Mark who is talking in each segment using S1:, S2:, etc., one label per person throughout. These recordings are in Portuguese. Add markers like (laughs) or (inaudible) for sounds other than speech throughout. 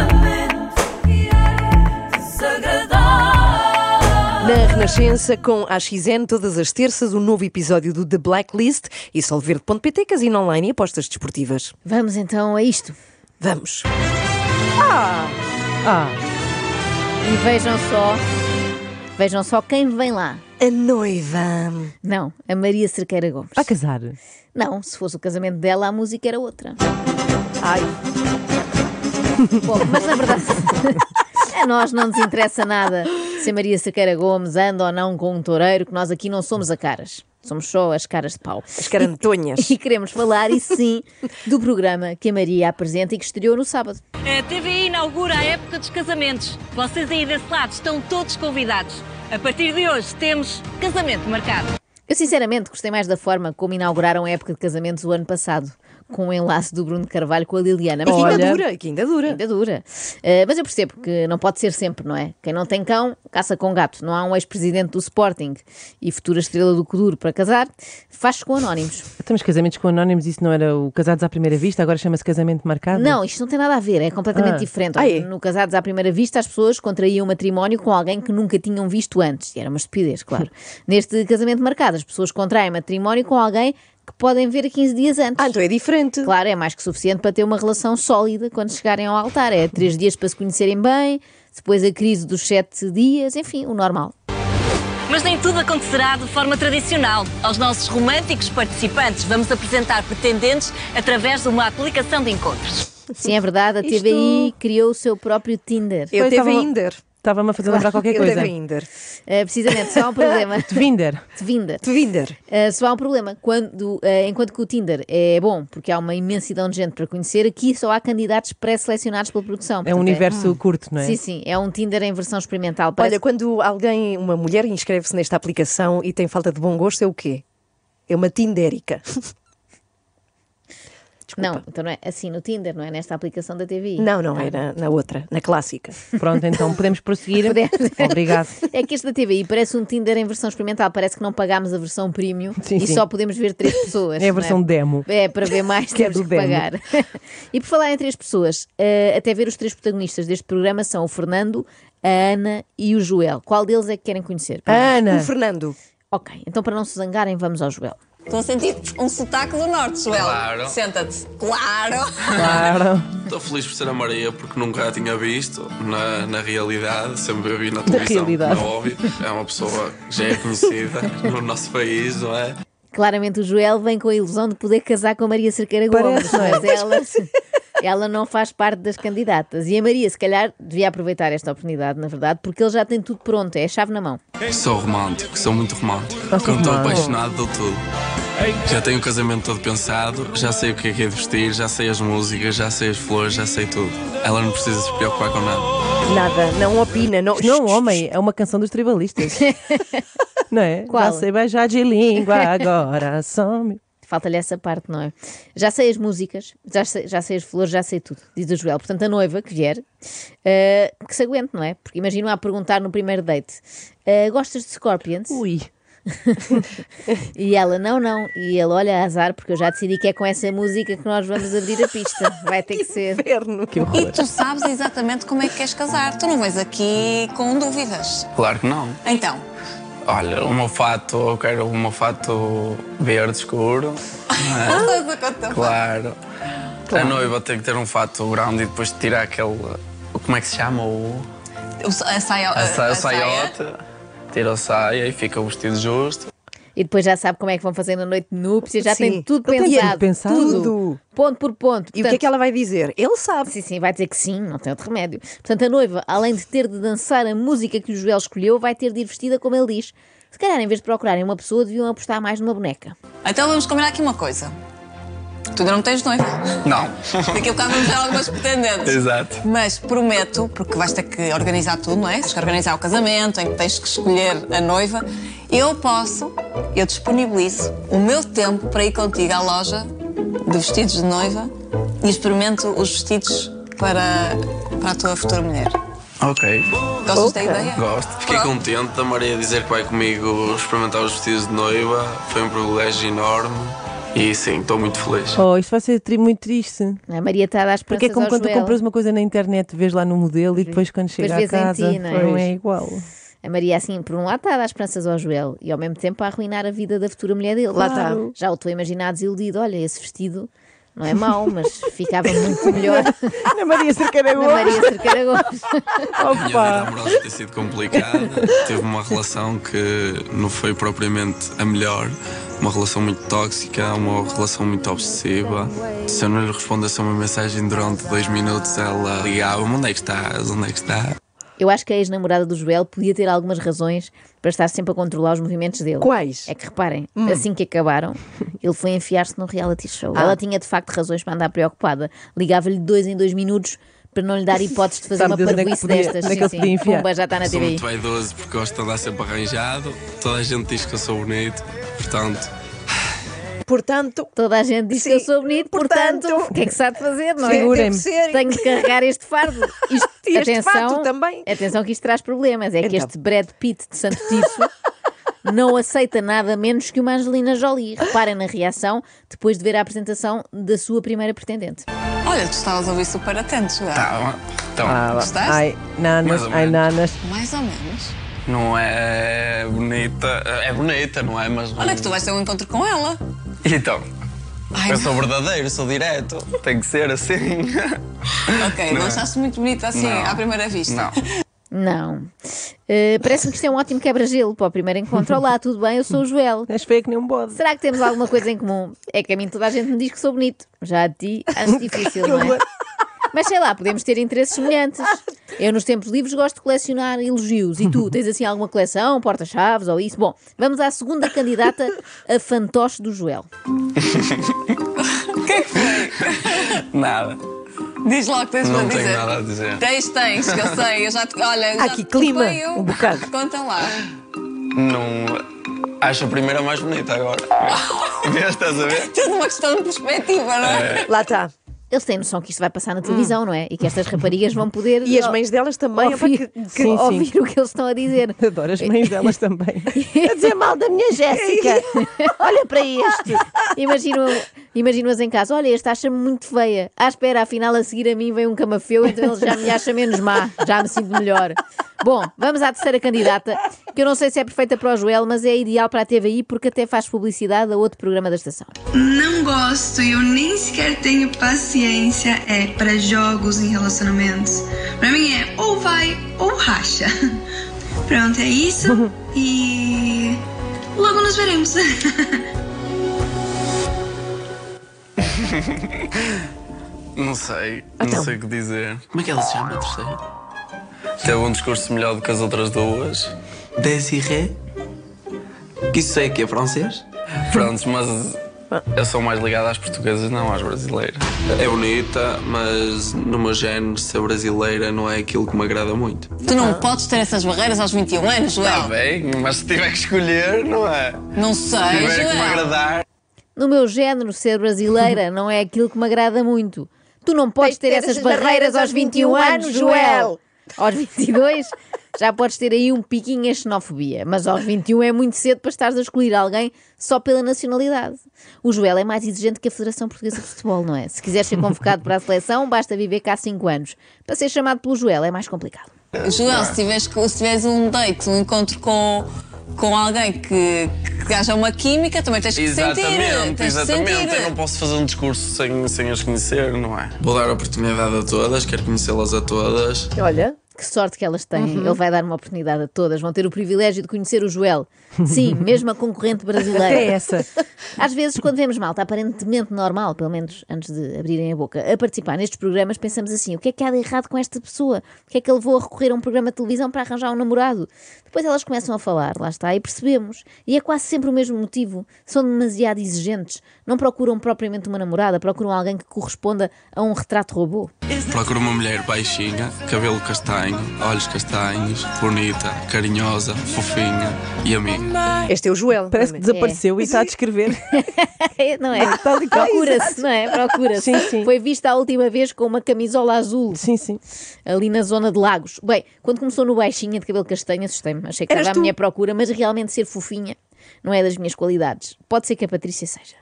S1: Extremamente desagradável.
S2: Na Renascença, com a XN, todas as terças, um novo episódio do The Blacklist e solverde.pt, casino online e apostas desportivas.
S3: Vamos então a isto.
S2: Vamos!
S3: E vejam só, vejam só quem vem lá.
S2: A noiva!
S3: Não, a Maria Cerqueira Gomes.
S4: Vai casar?
S3: Não, se fosse o casamento dela, a música era outra.
S2: Ai,
S3: Bom, mas na verdade, (laughs) a nós não nos interessa nada se a Maria Cerqueira Gomes anda ou não com um toureiro, que nós aqui não somos a caras. Somos só as caras de pau. (laughs)
S2: as carantonhas!
S4: (laughs)
S3: E queremos falar, e sim, do programa que a Maria apresenta e que estreou no sábado.
S5: A TVI inaugura a época dos casamentos. Vocês aí desse lado estão todos convidados. A partir de hoje temos casamento marcado.
S3: Eu sinceramente gostei mais da forma como inauguraram a época de casamentos o ano passado, com o enlace do Bruno Carvalho com a Liliana.
S2: E
S3: Mas
S2: que ainda
S3: ainda dura.
S2: dura, e que ainda dura.
S3: Ainda dura. Eh, mas eu percebo que não pode ser sempre, não é? Quem não tem cão, caça com gato. Não há um ex-presidente do Sporting e futura estrela do Coduro para casar, faz com anónimos.
S4: Temos Então, casamentos com anónimos, isso não era o casados à primeira vista, agora chama-se casamento marcado?
S3: Não, isto não tem nada a ver, é completamente
S4: Ah.
S3: diferente.
S2: Ah, é?
S3: No Casados à Primeira Vista, as pessoas contraíam matrimónio com alguém que nunca tinham visto antes. E era uma estupidez, claro. Neste casamento marcado, as pessoas contraem matrimónio com alguém que podem ver 15 dias antes.
S2: Ah, então é diferente.
S3: Claro, é mais que suficiente para ter uma relação sólida quando chegarem ao altar. É três dias para se conhecerem bem, depois a crise dos sete dias, enfim, o normal.
S5: Mas nem tudo acontecerá de forma tradicional. Aos nossos românticos participantes vamos apresentar pretendentes através de uma aplicação de encontros.
S3: Sim, é verdade, a TVI criou o seu próprio Tinder.
S2: Eu
S4: Pois,
S2: teve
S4: estava-
S2: ainda.
S4: Estava-me a fazer lembrar qualquer
S2: Eu
S4: coisa.
S2: teve ainda.
S3: Eh, precisamente, só há um problema.
S4: Tvinder.
S3: De vinda.
S2: Twinder.
S3: Uh, só há um problema. Quando, uh, enquanto que o Tinder é bom, porque há uma imensidão de gente para conhecer, aqui só há candidatos pré-selecionados pela produção.
S4: É um
S3: Portanto,
S4: universo curto, não é?
S3: Ah. Sim, sim, é um Tinder em versão experimental. Parece...
S2: Olha, quando alguém, uma mulher, inscreve-se nesta aplicação e tem falta de bom gosto, é o quê? É uma tindérica. Desculpa.
S3: não, então não é assim no Tinder, não é nesta aplicação da TVI.
S2: Não, não, é na, na outra, na clássica.
S4: Pronto, então podemos prosseguir.
S3: Podemos.
S4: Obrigado.
S3: É que este da TVI parece um Tinder em versão experimental, parece que não pagámos a versão premium
S4: Sim,
S3: e
S4: sim.
S3: só podemos ver três pessoas.
S4: É a
S3: não
S4: versão demo.
S3: É, para ver mais
S4: (laughs) Que é
S3: temos
S4: do
S3: que
S4: demo.
S3: pagar. (laughs) e por falar em três pessoas, eh, até ver os três protagonistas deste programa são o Fernando, a Ana e o Joel. Qual deles é que querem conhecer?
S4: Ana.
S2: O Fernando.
S3: Ok, então para não se zangarem, vamos ao Joel.
S5: Estou a sentir um sotaque do norte, Joel.
S6: Claro.
S5: Senta-te. Claro.
S4: Claro.
S6: Estou feliz por ser a Maria porque nunca a tinha visto na, na realidade, sempre a vi na televisão.
S4: realidade.
S6: como É óbvio. É uma pessoa que já é conhecida no nosso país, não é?
S3: Claramente o Joel vem com a ilusão de poder casar com a Maria Cerqueira Gomes,
S4: Parece, não é?
S3: mas ela, (laughs) ela não faz parte das candidatas. E a Maria, se calhar, devia aproveitar esta oportunidade, na verdade, porque ele já tem tudo pronto, é a chave na mão.
S6: Sou romântico, sou muito romântico.
S4: Ah, sou
S6: Como estou
S4: romântico.
S6: apaixonado de tudo. Já tenho o casamento todo pensado, já sei o que é que é de vestir, já sei as músicas, já sei as flores, já sei tudo. Ela não precisa se preocupar com nada.
S2: Nada, não opina. Não,
S4: Não é um homem, é uma canção
S3: (laughs)
S4: dos tribalistas. Não é?
S3: Qual?
S4: Já sei beijar de língua, agora some.
S3: Falta-lhe essa parte, não é? Já sei as músicas, já sei, já sei as flores, já sei tudo, diz o Joel. Portanto, a noiva que vier, eh, que se aguente, não é? Porque imagino a perguntar no primeiro date: eh, Gostas de Scorpions?
S4: Ui.
S3: (laughs) E ela, não, não. E ele, olha, azar, porque eu já decidi que é com essa música que nós vamos abrir a pista. Vai ter que ser.
S2: Inferno. (laughs) Que
S7: E tu sabes exatamente como é que queres casar. Tu não vens aqui com dúvidas.
S6: Claro que não.
S7: Então,
S6: Olha, o meu fato, eu quero o meu fato verde escuro.
S7: (laughs)
S6: não é?
S7: estás a contar.
S6: Claro. A noiva tem que ter um fato grande e depois tirar aquele. Como é que se chama? O,
S7: O- A, saia,
S6: a, sa-
S7: a-
S6: a
S7: a saia.
S6: saiote. Tira a saia e fica o vestido justo.
S3: E depois já sabe como é que vão fazer na noite de núpcias, já
S2: Sim.
S3: tem tudo
S4: Ele tem
S3: pensado.
S4: tudo pensado.
S2: Tudo.
S3: Ponto por ponto.
S2: E o que é que ela vai dizer? Ele sabe.
S3: Sim, sim, vai dizer que sim, não tem outro remédio. Portanto, a noiva, além de ter de dançar a música que o Joel escolheu, vai ter de ir vestida como ele diz. Se calhar, em vez de procurarem uma pessoa, deviam apostar mais numa boneca.
S7: Então vamos combinar aqui uma coisa. Tu ainda não
S6: (laughs)
S7: tens noiva.
S6: Não.
S7: Daqui a bocado vamos ter algumas pretendentes.
S6: Exato.
S7: Mas prometo, porque vais ter que organizar tudo, não é? Tens que organizar o casamento, em que tens que escolher a noiva. Eu posso, eu disponibilizo o meu tempo para ir contigo à loja de vestidos de noiva e experimento os vestidos para, para a tua futura mulher.
S6: Ok.
S7: Gostas da ideia?
S6: Gosto. Fiquei
S7: Pronto.
S6: contente da Maria dizer que vai comigo experimentar os vestidos de noiva. Foi um privilégio enorme. E sim, estou muito feliz.
S4: Oh, isto vai ser tri- muito triste.
S3: A Maria está a dar
S4: Porque é
S3: esperanças
S4: como
S3: ao
S4: quando tu
S3: Joel.
S4: compras uma coisa na internet, vês lá no modelo e depois quando chega
S3: vês
S4: a
S3: em ti,
S4: casa
S3: não é?
S4: é igual.
S3: A Maria, assim, por um lado está a dar esperanças ao Joel e ao mesmo tempo a arruinar a vida da futura mulher dele. Lá está. Já o estou a imaginar desiludido. Olha, esse vestido não é mau,
S4: (laughs)
S3: mas ficava muito melhor
S4: Ana Maria é
S3: na
S4: Cercaragua,
S3: Maria Cerqueira Gomes.
S6: A minha vida
S4: opa!
S6: amorosa tem sido complicada. Teve uma relação que não foi propriamente a melhor. Uma relação muito tóxica, uma relação muito obsessiva. Se eu não lhe respondesse a uma mensagem durante dois minutos, ela ligava me onde é que estás? Onde é que está?
S3: Eu acho que a ex-namorada do Joel podia ter algumas razões para estar sempre a controlar os movimentos dele.
S2: Quais?
S3: É que reparem,
S4: Hum.
S3: assim que acabaram, ele foi enfiar-se num reality show.
S4: Ah.
S3: Ela tinha de facto razões para andar preocupada. Ligava-lhe dois em dois minutos para não lhe
S4: (laughs)
S3: dar hipótese de fazer
S4: Sabe
S3: uma
S4: Deus onde é que
S3: parvoíce
S4: podia-
S3: destas.
S4: onde é que ele podia enfiar.
S3: Pumba, já está na
S6: Sou
S3: TVI.
S6: muito vaidoso porque gosto de andar sempre arranjado. Toda a gente diz que eu sou bonito. Portanto,
S4: Portanto,
S3: Toda a gente diz que eu sou bonito, portanto,
S4: portanto,
S3: o que é que se há de fazer, não é?
S4: segurem-me.
S3: Tenho que carregar este fardo. Isto,
S4: (laughs) E este
S3: atenção,
S4: fato também.
S3: Atenção que isto traz problemas. É que
S4: Então.
S3: este Brad Pitt de Santo Tifo
S4: (laughs)
S3: não aceita nada menos que uma Angelina Jolie. Reparem na reação depois de ver a apresentação da sua primeira pretendente.
S7: Olha, tu estavas a ouvir super atento, Joel.
S6: tá. Então,
S7: Gostaste?
S4: Ah, Ai, nanas,
S6: Mais ou
S4: ai,
S6: menos.
S4: nanas.
S7: Mais ou menos.
S6: não é bonita. É bonita, não é? Mas. não-
S7: Olha que tu vais ter um encontro com ela.
S6: Então,
S7: Ai,
S6: eu sou verdadeiro, sou direto. Tem que ser assim. (laughs)
S7: ok, não,
S6: Não é?
S7: achaste muito bonito assim
S6: Não.
S7: à primeira vista.
S6: Não.
S3: Não. Eh, Parece-me que isto é um ótimo quebra-gelo para o primeiro encontro. Olá, tudo bem? Eu sou o Joel.
S4: És feia que nem um bode.
S3: Será que temos alguma coisa em comum? É que a mim toda a gente me diz que sou bonito. Já a ti acho difícil, não é? Mas sei lá, podemos ter interesses semelhantes. Eu nos tempos livres gosto de colecionar elogios. E tu, tens assim alguma coleção, porta-chaves ou isso? Bom, vamos à segunda candidata, a fantoche do Joel.
S6: (laughs) Nada.
S7: Diz logo o que tens
S6: Não
S7: para
S6: tenho
S7: dizer.
S6: nada a dizer.
S7: Tens, tens, que eu sei. Eu já te, olha, já
S4: que
S7: te
S4: clima,
S7: culpei eu.
S4: um bocado.
S7: Conta lá.
S6: Não. Acho a primeira mais bonita agora. Vês, estás a ver?
S7: Tudo uma questão de perspectiva, não é?
S4: Lá está.
S3: Eles têm noção que isto vai passar na televisão, não é? E que estas raparigas vão poder.
S2: E as mães delas também. opa,
S3: ouvir,
S2: que- que-
S4: Sim, sim.
S3: ouvir o que eles estão a dizer.
S4: Adoro as mães delas também.
S2: (laughs)
S4: É
S2: A dizer mal da minha Jéssica. (laughs) Olha para este.
S3: Imagino- Imagino-as em casa, olha, esta acha-me muito feia. Ah, espera, afinal a seguir a mim vem um camafeu, então ele já me acha menos má, já me sinto melhor. Bom, vamos à terceira candidata, que eu não sei se é perfeita para o Joel, mas é ideal para a TVI porque até faz publicidade a outro programa da estação.
S8: não gosto e eu nem sequer tenho paciência é para jogos em relacionamentos. Pra mim é ou vai ou racha. (laughs) Pronto, é isso e logo nos veremos. (laughs)
S6: Não sei. Não sei o que dizer. Então. Como é que ela se chama, a terceira? Teve um discurso melhor do que as outras duas. Desiré. Que isso é que é francês? Ah. Pronto, mas. Eu sou mais ligado às portuguesas, não às brasileiras. É bonita, mas no meu género, ser brasileira não é aquilo que me agrada muito.
S7: Tu não podes ter essas barreiras aos 21 anos, Joel.
S6: Está bem, mas se tiver que escolher, não é?
S7: Não
S6: Se
S7: sei,
S6: tiver que me
S7: Joel.
S6: agradar.
S3: No meu género, ser (laughs) brasileira não é aquilo que me agrada muito. Tu não podes ter, essas barreiras aos 21 anos, Joel. Aos 22 já podes ter aí um piquinho em xenofobia, mas aos 21 é muito cedo para estares a escolher alguém só pela nacionalidade. O Joel é mais exigente que a Federação Portuguesa de Futebol, não é? Se quiseres ser convocado para a seleção, basta viver cá 5 anos. Para ser chamado pelo Joel é mais complicado.
S6: é?
S7: Joel, se tiveres, co- se tiveres um date, um encontro com, com alguém que, que haja uma química, também tens que sentir.
S6: Exatamente,
S7: Tens que
S6: exatamente.
S7: sentir.
S6: Eu não posso fazer um discurso sem, sem as conhecer, não é? Vou dar oportunidade a todas, quero conhecê-las a todas.
S2: Olha,
S3: Que sorte que elas têm.
S4: Uhum.
S3: Ele vai dar uma oportunidade a todas. Vão ter o privilégio de conhecer o Joel. Sim, (laughs) mesmo a concorrente
S4: É
S3: brasileira.
S4: essa.
S3: (laughs) Às vezes, quando vemos malta aparentemente normal, pelo menos antes de abrirem a boca, a participar nestes programas, pensamos assim: o que é que há de errado com esta pessoa? O que é que ele levou a recorrer a um programa de televisão para arranjar um namorado? Depois elas começam a falar, lá está, e percebemos. E é quase sempre o mesmo motivo. São demasiado exigentes. Não procuram propriamente uma namorada, procuram alguém que corresponda a um retrato robô.
S6: Procuro uma mulher baixinha, cabelo castanho, olhos castanhos, bonita, carinhosa, fofinha e amiga.
S2: Este é o Joel.
S4: Parece que
S2: também.
S4: desapareceu e está
S3: (laughs)
S4: a descrever.
S3: não é?
S4: tal e qual.
S3: Procura-se, não é? Procura-se.
S4: Sim, sim.
S3: Foi vista a última vez com uma camisola azul,
S4: Sim, sim.
S3: ali na zona de Lagos. Bem, quando começou no baixinha de cabelo castanho, assustei-me. Achei que
S4: Eras
S3: estava à
S4: tu.
S3: minha procura, mas realmente ser fofinha não é das minhas qualidades. Pode ser que a Patrícia seja.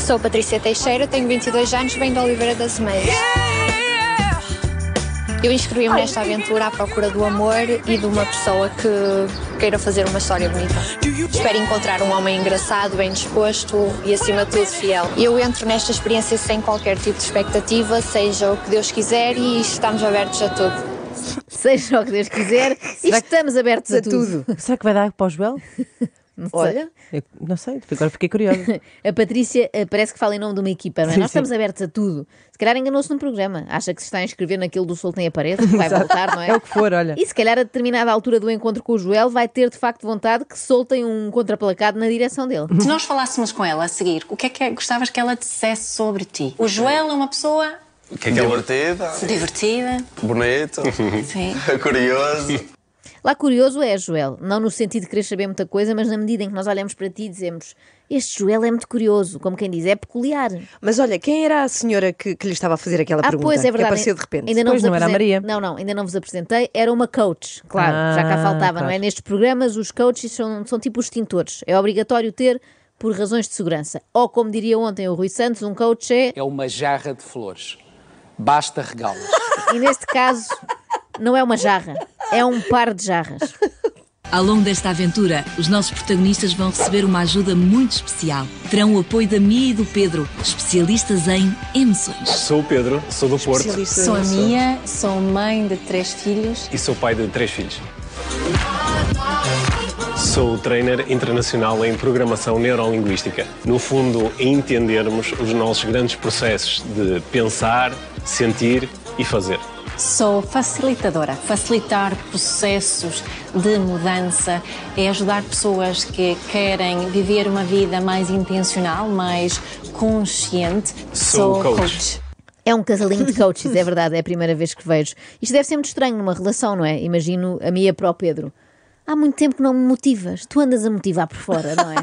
S9: Sou Patrícia Teixeira, tenho 22 anos, venho da Oliveira das Meias. Eu inscrevi-me nesta aventura à procura do amor e de uma pessoa que queira fazer uma história bonita. Espero encontrar um homem engraçado, bem disposto e, acima de tudo, fiel. Eu entro nesta experiência sem qualquer tipo de expectativa, seja o que Deus quiser e estamos abertos a tudo.
S3: Seja o que Deus quiser, estamos abertos a tudo.
S4: Será que vai dar para o Joel?
S3: Não sei.
S4: Olha. Eu não sei, agora fiquei
S3: (laughs)
S4: curiosa.
S3: A Patrícia eh, parece que fala em nome de uma equipa, não é?
S4: Sim,
S3: Nós
S4: sim.
S3: estamos abertos a tudo. Se calhar enganou-se num programa. Acha que se está a inscrever naquele do Sol tem a parede, que vai voltar, não é?
S4: É o que for, olha.
S3: E se calhar a determinada altura do encontro com o Joel vai ter de facto vontade que soltem um contraplacado na direção
S4: (laughs)
S3: dele.
S7: Se nós falássemos com ela a seguir, o que é que gostavas que ela dissesse sobre ti? O Joel é uma pessoa
S6: Que é divertida,
S7: divertida,
S6: bonito,
S7: sim.
S6: curioso.
S3: Lá curioso é, Joel, não no sentido de querer saber muita coisa, mas na medida em que nós olhamos para ti e dizemos este Joel é muito curioso, como quem diz, é peculiar.
S2: Mas olha, quem era a senhora que, que lhe estava a fazer aquela
S3: Ah,
S2: pergunta?
S3: pois, é
S2: Que
S3: verdade.
S2: apareceu de repente.
S3: Ainda não
S4: Pois,
S3: vos
S4: não era a
S3: apresen-
S4: Maria.
S3: Não, não, ainda não vos apresentei. Era uma coach, claro, já cá
S4: Ah,
S3: faltava, não é?
S4: claro.
S3: Nestes programas, os coaches são, são tipo os tintores. É obrigatório ter por razões de segurança. Ou, como diria ontem o Rui Santos, um coach é.
S10: É uma jarra de flores. Basta regá-las.
S3: E neste caso, não é uma jarra, é um par de jarras.
S5: Ao longo desta aventura, os nossos protagonistas vão receber uma ajuda muito especial. Terão o apoio da Mia e do Pedro, especialistas em emoções.
S10: Sou o Pedro, sou do Porto
S7: Sou a minha, sou mãe de três filhos.
S10: e sou pai de três filhos. Sou trainer internacional em programação neurolinguística. No fundo, entendermos os nossos grandes processos de pensar, sentir e fazer.
S7: Sou facilitadora. Facilitar processos de mudança é ajudar pessoas que querem viver uma vida mais intencional, mais consciente.
S10: Sou coach.
S3: É um casalinho de coaches,
S4: (laughs)
S3: é verdade, é a primeira vez que vejo. Isto deve ser muito estranho numa relação, não é? Imagino a Mia para o Pedro. Há muito tempo que não me motivas. Tu andas a motivar por fora,
S4: (laughs)
S3: não é?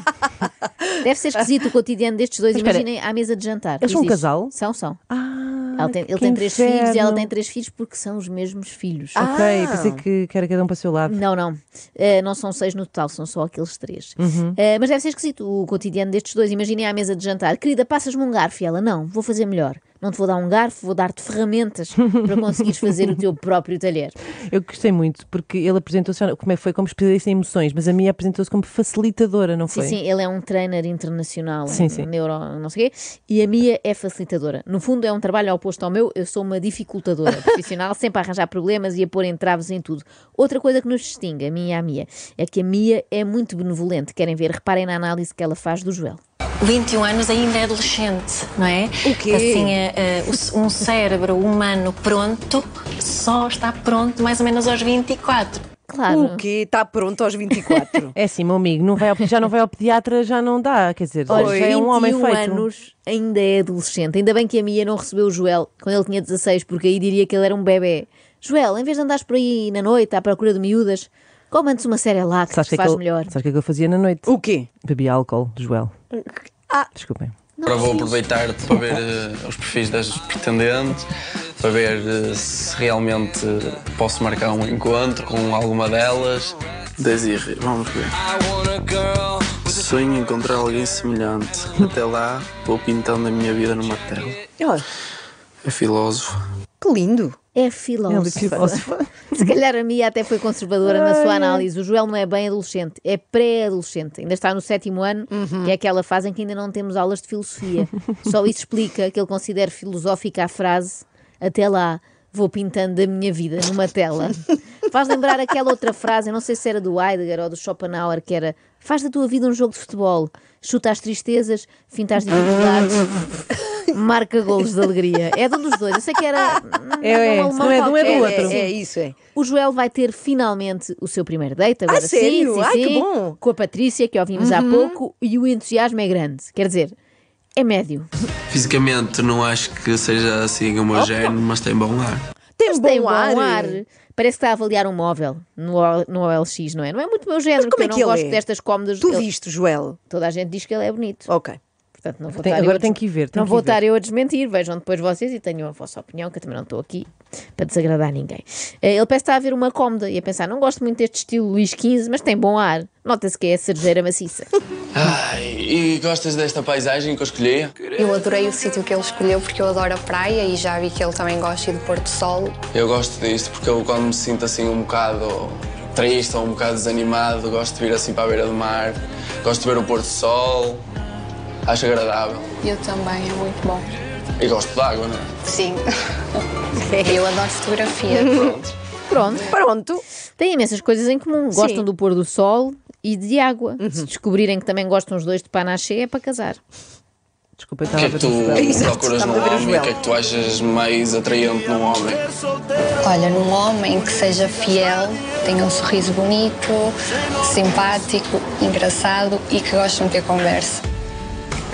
S3: Deve ser esquisito o cotidiano destes dois.
S4: Mas espera,
S3: Imaginem à mesa de jantar.
S4: eles são um
S3: Existe.
S4: casal?
S3: São, são.
S4: Ah,
S3: Ela tem- ele
S4: que
S3: tem três
S4: inferno. Ah,
S3: filhos e ela tem Ah! três filhos porque são os mesmos filhos.
S4: Ok, pensei que, que era cada um para o seu lado.
S3: Não, não. Eh, não são seis no total, são só aqueles três.
S4: Uhum.
S3: Eh, mas deve ser esquisito o cotidiano destes dois. Imaginem à mesa de jantar. Querida, passas-me um garfo. E ela, não, vou fazer melhor. Não te vou dar um garfo, vou dar-te ferramentas para
S4: (laughs)
S3: conseguires fazer o teu próprio talher.
S4: Eu gostei muito, porque ele apresentou-se, como é que foi, como especialista em emoções, mas a minha apresentou-se como facilitadora, não
S3: Sim,
S4: foi?
S3: sim, ele é um trainer internacional,
S4: Sim,
S3: em
S4: sim.
S3: neuro, não sei o quê, e a Mia é facilitadora. No fundo, é um trabalho oposto ao meu, eu sou uma
S4: (laughs)
S3: dificultadora profissional, sempre a arranjar problemas e a pôr entraves em tudo. Outra coisa que nos distingue, a minha e a Mia, é que a Mia é muito benevolente. Querem ver? Reparem na análise que ela faz do Joel.
S9: 21 anos ainda é adolescente, não é? O
S2: quê?
S9: Assim, é, é, o- um cérebro humano pronto só está pronto mais ou menos aos 24.
S3: Claro.
S2: O quê? Está pronto aos
S4: (laughs)
S2: 24.
S4: É assim, meu amigo, não vai ao- já não vai ao pediatra, já não dá, quer dizer,
S3: Olha,
S4: já é um homem
S3: 21
S4: feito.
S3: anos ainda é adolescente. Ainda bem que a Mia não recebeu o Joel quando ele tinha 16, porque aí diria que ele era um bebê. Joel, em vez de andares por aí na noite à procura de miúdas, como antes uma série lá que
S4: Sabes o
S3: te
S4: que, é que
S3: faz
S4: ele-
S3: melhor.
S4: sabes o que é que eu fazia na noite?
S2: o quê?
S4: Bebia álcool, Joel. Ah. Desculpem.
S6: Agora vou aproveitar-te para ver eh, os perfis das pretendentes, para ver eh, se realmente eh, posso marcar um encontro com alguma delas. Desirre, vamos ver. Sonho em encontrar alguém semelhante. Até lá, vou pintando a minha vida numa tela.
S2: Olha,
S6: É filósofo.
S2: que lindo.
S3: É
S4: Ele é
S3: filósofo.
S4: filósofo.
S3: (laughs) Se calhar a Mia até foi conservadora na sua análise. O Joel não é bem adolescente, é pré-adolescente. Ainda está no sétimo ano, que é aquela fase em que ainda não temos aulas de filosofia. Só isso explica que ele considere filosófica a frase até lá. vou pintando a minha vida numa tela. Faz lembrar aquela outra frase, eu não sei se era do Heidegger ou do Schopenhauer, que era faz da tua vida um jogo de futebol, chuta as tristezas, finta as dificuldades, marca golos de alegria. É de um dos dois, eu sei que era...
S2: (laughs) É, é.
S3: um alemão
S2: Não é de um, é do
S3: qualquer.
S2: outro. É, é isso, é.
S3: O Joel vai ter finalmente o seu primeiro date agora. sim,
S2: Ah, sério?
S3: sim,
S2: Ai, que
S3: sim,
S2: bom. Uhum.
S3: Com a Patrícia, que ouvimos há pouco, e o entusiasmo é grande. Quer dizer, é médio.
S6: Fisicamente não acho que seja assim homogéneo, mas tem bom ar.
S2: Tem um
S3: Mas
S2: bom,
S3: tem um bom ar.
S2: ar.
S3: Parece que está a avaliar um móvel no, O- no OLX, não é? Não é muito meu género,
S2: Mas como
S3: porque
S2: é
S3: eu não
S2: que ele
S3: gosto
S2: é?
S3: destas cómodas.
S2: Tu
S3: Ele-
S2: viste, Joel?
S3: Toda a gente diz que ele é bonito.
S2: Ok.
S3: Portanto, não vou
S4: Tem-
S3: estar eu
S4: agora
S3: a
S4: tem
S3: des-
S4: que ir ver, tem
S3: Não
S4: que
S3: vou
S4: ir ver.
S3: estar eu a desmentir. Vejam depois vocês e tenham a vossa opinião, que eu também não estou aqui para desagradar ninguém. Eh, Ele parece estar a ver uma cómoda e a pensar: não gosto muito deste estilo Luís XV, mas tem bom ar. Nota-se que é a cerejeira
S4: (laughs)
S3: maciça.
S6: Ai, e gostas desta paisagem que eu escolhi?
S9: Eu adorei o sítio que ele escolheu porque eu adoro a praia e já vi que ele também gosta de pôr do sol.
S6: Eu gosto disto porque eu quando me sinto assim um bocado triste ou um bocado desanimado, gosto de vir assim para a beira do mar, gosto de ver o pôr do sol, acho agradável.
S9: Eu também, é muito bom.
S6: E gosto de água, não é?
S9: Sim. (laughs) eu adoro fotografia.
S3: Pronto.
S2: Pronto.
S3: Têm imensas coisas em comum. Gostam do pôr do sol e de água.
S4: Uhum.
S3: Se descobrirem que também gostam os dois de panaché, é para casar.
S4: Desculpa, eu
S6: O
S4: estava
S6: que
S4: a um
S6: é que
S4: ver
S6: tu procuras
S2: estava
S6: num
S2: a ver o
S6: homem? O que é
S2: Joel.
S6: que tu achas mais atraente num homem?
S9: Olha, num homem que seja fiel, tenha um sorriso bonito, simpático, engraçado e que goste de meter conversa.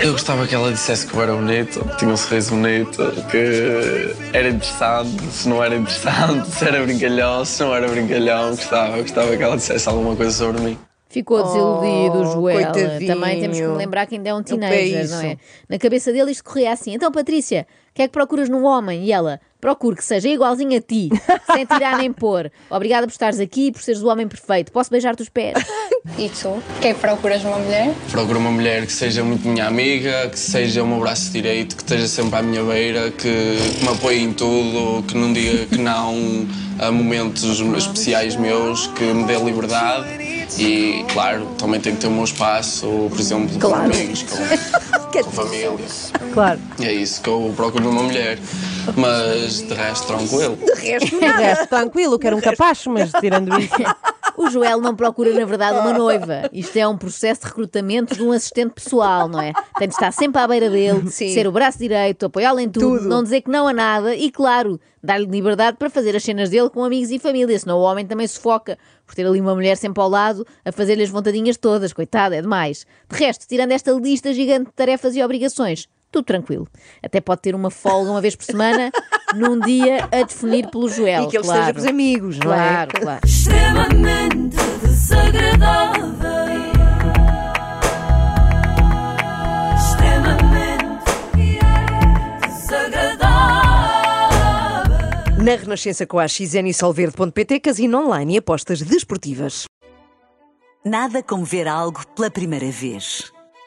S6: Eu gostava que ela dissesse que eu era bonito, que tinha um sorriso bonito, que era interessante, se não era interessante, (laughs) se era brincalhão, se não era brincalhão. Gostava, gostava que ela dissesse alguma coisa sobre mim.
S3: Ficou desiludido,
S2: Oh,
S3: Joel.
S2: coitadinho.
S3: Também temos que lembrar que ainda é um teenager,
S2: isso.
S3: não é? Na cabeça dele isto corria assim. Então, Patrícia, o que é que procuras num homem? E ela, procuro que seja igualzinho a ti, sem tirar
S2: (laughs)
S3: nem pôr. Obrigada por estares aqui e por seres o homem perfeito. Posso beijar-te os pés?
S9: E tu? Quem procuras numa mulher?
S6: Procuro uma mulher que seja muito minha amiga, que seja o meu braço direito, que esteja sempre à minha beira, que, que me apoie em tudo, que não diga que não a momentos especiais meus, que me dê liberdade. E, claro, também tenho que ter o meu espaço, por exemplo,
S2: Claro.
S6: com amigos, com, com família.
S4: Claro.
S6: É isso que eu procuro numa mulher. Mas, de resto, tranquilo.
S4: De resto, tranquilo, quero um capacho, mas tirando isso.
S3: O Joel não procura, na verdade, uma noiva. Isto é um processo de recrutamento de um assistente pessoal, não é? Tem de estar sempre à beira dele,
S2: Sim.
S3: ser o braço direito, apoiá-lo em tudo,
S2: Tudo.
S3: não dizer que não a nada e, claro, dar-lhe liberdade para fazer as cenas dele com amigos e família, senão o homem também sufoca por ter ali uma mulher sempre ao lado a fazer-lhe as vontadinhas todas. Coitado, é demais. De resto, tirando esta lista gigante de tarefas e obrigações, tudo tranquilo. Até pode ter uma folga uma vez por semana, num dia a definir pelo Joel.
S2: E que ele
S3: claro.
S2: esteja com os amigos, não é?
S3: Claro, claro.
S1: extremamente desagradável, extremamente desagradável.
S2: Na Renascença com a XN e Solverde.pt, casino online e apostas desportivas.
S11: Nada como ver algo pela primeira vez.